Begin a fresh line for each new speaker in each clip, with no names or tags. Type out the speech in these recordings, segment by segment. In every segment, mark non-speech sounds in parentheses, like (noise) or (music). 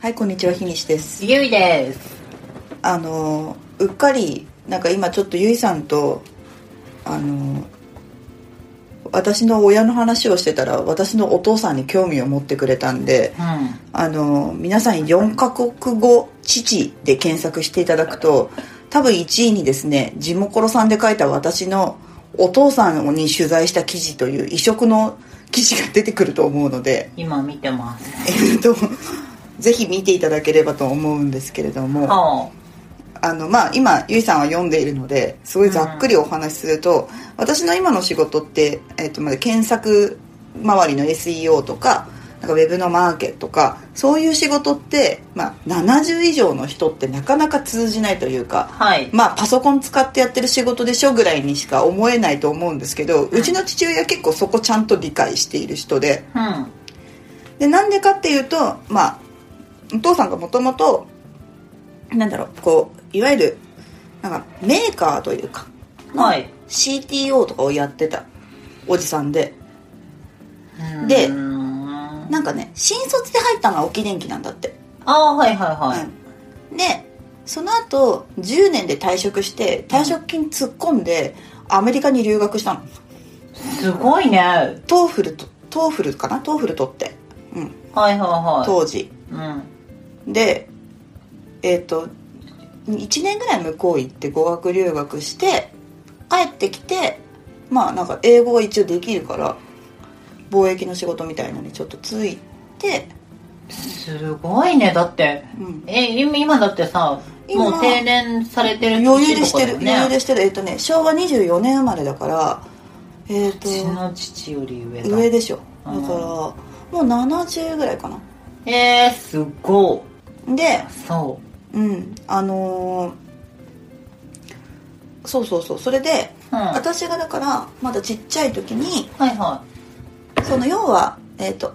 はいこんにちは日西です
ゆいです
あのうっかりなんか今ちょっとゆいさんとあの私の親の話をしてたら私のお父さんに興味を持ってくれたんで
うん
あの皆さん4カ国語父で検索していただくと多分1位にですね地モコロさんで書いた私のお父さんに取材した記事という異色の記事が出てくると思うので、
今見てます
えっと、ぜひ見ていただければと思うんですけれども。
は
あのまあ、今ゆいさんは読んでいるのですごいざっくりお話しすると、私の今の仕事って、えっとまあ検索周りの SEO とかなんかウェブのマーケットとかそういう仕事って、まあ、70以上の人ってなかなか通じないという
あ
か、
はい
まあ、パソコン使ってやってる仕事でしょぐらいにしか思えないと思うんですけど、うちの父親結構そこちゃんと理解している人で。
うん
でなんでかっていうとまあお父さんがもともとなんだろうこういわゆるなんかメーカーというか
はい
CTO とかをやってたおじさんでで
うーん
なんかね新卒で入ったのは沖電機なんだって、
ああはいはいはい、
うん、でその後10年で退職して退職金突っ込んでアメリカに留学したの
すごいねはい
トーフルとトーフルかなトーフル取って、うん、
はいは
当時
いうん
でえっ、と1年ぐらい向こう行って語学留学して帰ってきてまあなんか英語は一応できるから貿易の仕事みたいなのにちょっとついて、
すごいねだって
うん、
え今今だってさ
今
もう定年されてる
余裕でしてる、
父とかだよ
余裕
ね
でしてるえっ、とね昭和24年生まれだからえっ、
うち
と
の父より上だ
上でしょだから
うん
もう70ぐらいかな
えー、すご
で
いそ
うんあのーそうそうそうそれで
ううんはい
私がだからまだちっちゃい時に
は
その要は、えー、と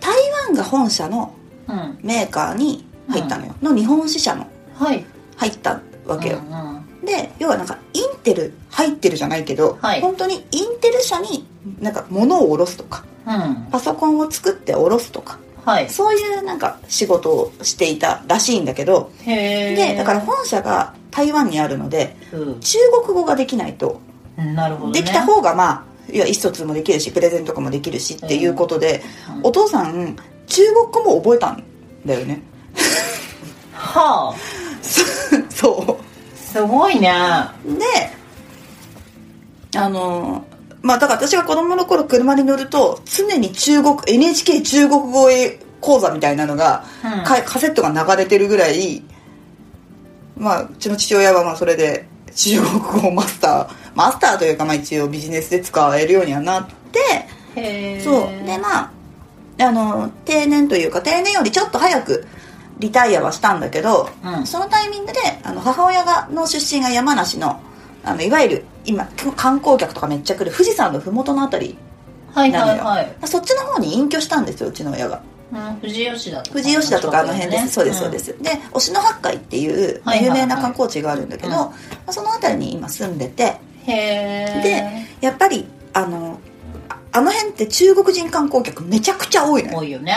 台湾が本社の
いうん
メーカーに入ったのよ、の日本支社の
はい
入ったわけよ
う、んうん
で要はなんかインテル入ってるじゃないけど、
はい
本当にインテル社になんか物を卸すとか
うん
パソコンを作って卸すとか
はい
そういうなんか仕事をしていたらしいんだけど
へえ
でだから本社が台湾にあるので
う
中国語ができないと
んなるほど、ね、
できた方がまあいや意思疎通もできるしプレゼントとかもできるしっていうことで、
うん
お父さん中国語も覚えたんだ
(laughs)
よね
はあ
そ
すごいね
うであのまあだから私が子供の頃車に乗ると常に中国 NHK 中国語講座みたいなのが、
うん
かカセットが流れてるぐらいまあうちの父親はまあそれで中国語をマスターマスターというかまあ一応ビジネスで使えるようにはなって
へえ
そうでまああの定年というか定年よりちょっと早くリタイアはしたんだけど、
うん
そのタイミングであの母親がの出身が山梨のあのいわゆる今観光客とかめっちゃ来る富士山の麓のあたり
はい
なの
はい
よ、
はい、
そっちの方に隠居したんですようちの親が
うん、富士吉田とか
富士吉田とかあの辺です、そうですそうで、
ん
す、で忍野八海っていうまあ
はいは
有
いはい
名な観光地があるんだけど、
うん
まあその辺りに今住んでて
へえ
でやっぱりあのああの辺って中国人観光客めちゃくちゃ多いのよ
多いよね、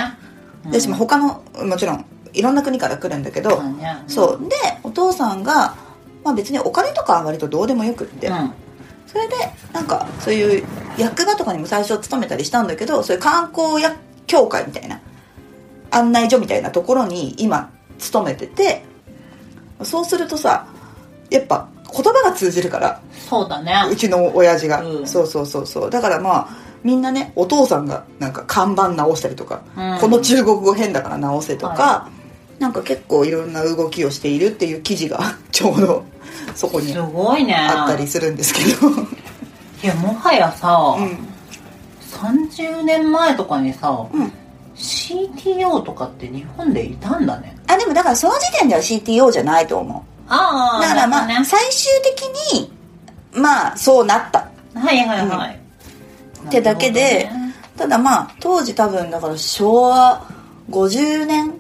うん
私も他のもちろんいろんな国から来るんだけど、
そうね
そうでお父さんが、まあ、別にお金とかは割とどうでもよくって、
うん
それでなんかそういう役場とかにも最初勤めたりしたんだけどそういう観光や協会みたいな案内所みたいなところに今勤めててそうするとさやっぱ言葉が通じるから
そうだ
う
ね
ちの親父が、
うん
そうそうそうそうだからまあみんなねお父さんがなんか看板直したりとか、
うん
この中国語変だから直せとか、
は
なんか結構いろんな動きをしているっていう記事が (laughs) ちょうどそこに
すごいね
あったりするんですけど、
いやもはやさ、
う
30年前とかにさ
んうん、
CTO とかって日本でいたんだね
あでもだからその時点では CTO じゃないと思う
ああ
だからまあ、
ね、
最終的にまあそうなった
はいはいはい、
ってだけで
なるほどね
ただまあ当時多分だから昭和50年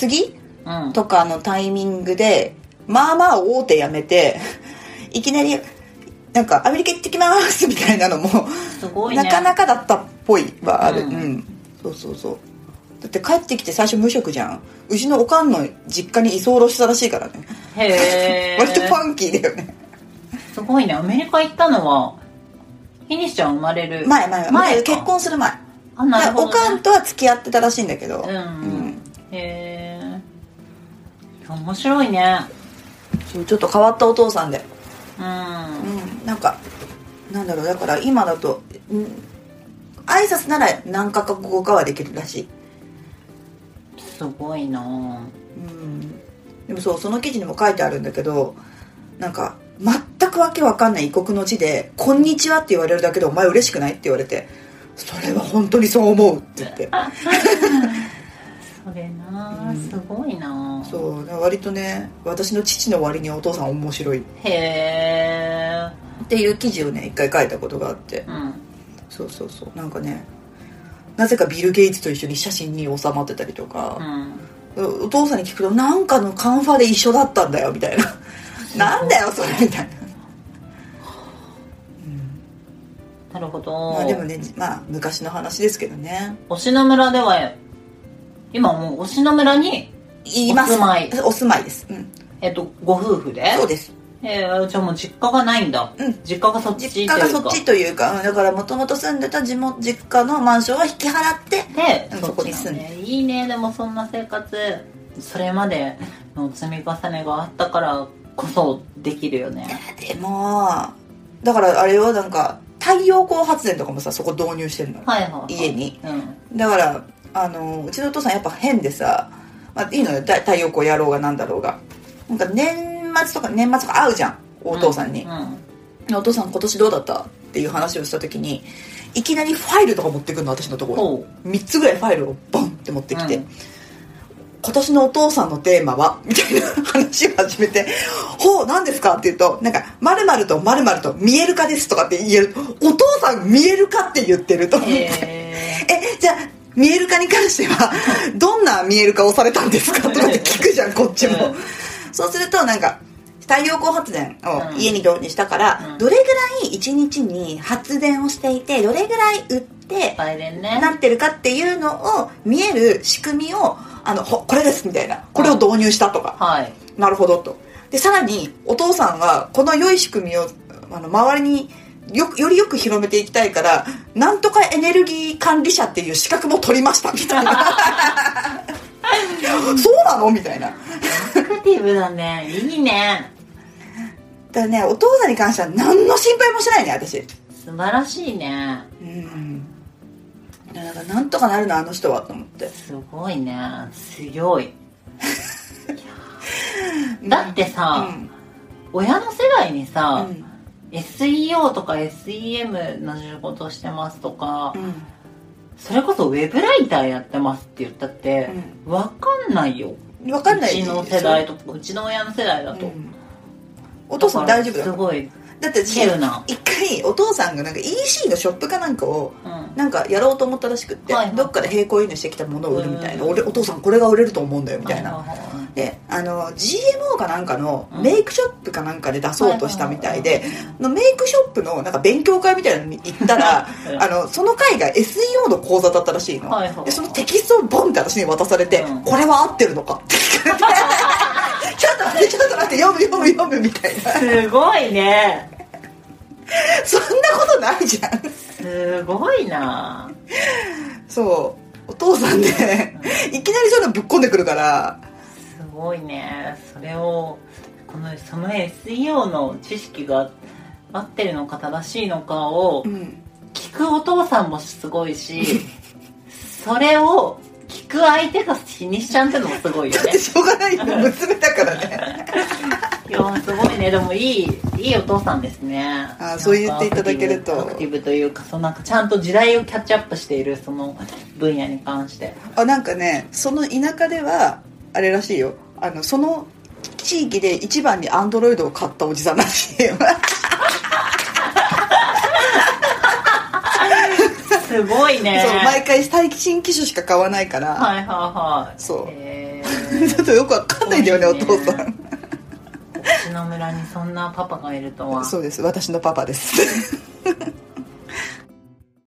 過ぎ
うん
とかのタイミングでまあまあ大手辞めて (laughs) いきなりなんかアメリカ行ってきますみたいなのも、
すごいね
なかなかだったっぽいはある、う
うんん
そうそうそうだって帰ってきて最初無職じゃんうちのおかんの実家に居候したらしいからね
へえ
割とファンキーだよね
すごいねアメリカ行ったのはひにしちゃん生まれる
前前
前
前
か
結婚する前
あなるほど、
おかんとは付き合ってたらしいんだけど、
うん、
うん
へえ面白いね
そうちょっと変わったお父さんで
うん
うんなんかなんだろうだから今だと、うん、挨拶なら何カ国語かはできるらしい、
すごいな
うん、でもそうその記事にも書いてあるんだけどなんか全くわけわかんない異国の地で「こんにちは」って言われるだけで「お前嬉しくない?」って言われて「それは本当にそう思う」って言って
それな
うん
すごいな
そうだから割とね私の父の割にはお父さん面白いっ
へえ
ていう記事をね一回書いたことがあって
うん
そうそうそうなんかねなぜかビル・ゲイツと一緒に写真に収まってたりとか
う、ん
お父さんに聞くとなんかのカンファで一緒だったんだよみた
(laughs)
いななんだよそれみたいな、うん
なるほど、
まあでもねまあ昔の話ですけどね
忍野村では今もう忍野村に
言います
お住まい
お住まいです、うん、
えっとご夫婦で
そうです
えー、じゃあもう実家がないんだ、
うん
実家がそっちっ
実
ていう
家
か
がそっちというかうんだからもともと住んでた地元実家のマンションは引き払って
で
うん
そ
そ
こ
こ
に
に
住
住
ん
ん
で
で
いいねでもそんな生活それまでの積み重ねがあったからこそできるよね
でもだからあれはなんか太陽光発電とかもさそこ導入してるの
はいはい、はい、
家に
うん
だからあのうちのお父さんやっぱ変でさ、まあ、いいのよ太太陽光やろうがなんだろうがなんか年末とか年末とか会うじゃんお父さんに
う、ん
お父さん今年どうだったっていう話をした時にいきなりファイルとか持ってくるの私のところ
ほ
3つぐらいファイルをボンって持ってきて、
うん
今年のお父さんのテーマはみたいな話を始めて「ほう何ですか?」って言うと「なんか〇〇と〇〇と見える化です」とかって言えるお父さん見える化って言ってると
う
思って。
へ
えじゃあ見える化に関して
(laughs)
はどんな見える化をされたんですかとかって聞くじゃんこっち
う
も
ん
そうするとなんか太陽光発電を家に導入したから、
うん
どれぐらい1日に発電をしていてどれぐらい売って
ー売電ね
なってるかっていうのを見える仕組みをあのほこれですみたいなこれを導入したとか、
はい
なるほどとでさらにお父さんはこの良い仕組みをあの周りによくよりよく広めていきたいからなんとかエネルギー管理者っていう資格も取りましたみた
(laughs)
いなそうなのみたいなだか
アクティブだねいいね
らねお父さんに関しては何の心配もしないね私
素晴らしいね
うんだからなんとかなるなあの人はと思って
すごいね
(laughs)
強いいやだってさ、
うん
親の世代に
う
さ、
ん
SEO とか SEM の仕事してますとか、
うん
それこそウェブライターやってますって言ったって、わかんないよ
分かんないう
ちの世代とうちの親の世代だと、
うんお父さん大丈夫だ
す
よ
ごい
だって
稀有な、
一回お父さんがなんか EC のショップかなんかを
うん、
なんかやろうと思ったらしくって、
はいはい
どっかで並行輸入してきたものを売るみたいな、
うん
俺お父さんこれが売れると思うんだよみたいな、
はいはいはい
であの GMO かなんかのメイクショップかなんかで出そうとしたみたいで、のメイクショップのなんか勉強会みたいなのに行ったら
(laughs) うん
あのその会が SEO の講座だったらしいの、
はいはいはい
でそのテキストをボンって私に渡されて、
うん
これは合ってるのかって (laughs) 聞かれてちょっと待ってちょっと待って読む読む読むみたいな
(laughs) すごいね
そんなことないじゃん
すごいな
そうお父さんねいきなりそういうのぶっこんでくるから
すごいねそれをこのその SEO の知識が合ってるのか正しいのかを
うん
聞くお父さんもすごいしそれを聞く相手が日にしちゃんってのもすごいよ
だっ (laughs)
ね
てしょうがないの娘だからね
いやすごいねでもいいいいお父さんですね
あーそう言っていただけると
なんかアクティブアクティブというかそうなんかちゃんと時代をキャッチアップしているその分野に関して
あなんかねその田舎ではあれらしいよあのその地域で一番にアンドロイドを買ったおじさんらし (laughs) いよ
すごいね
そう毎回最新機種しか買わないから、
はいはいはい
そう
へ
(laughs) ちょっとよくわかんないんだよね
そう
お
です
父さん
ねーうちの村にそんなパパがいるとは
そうです私のパパです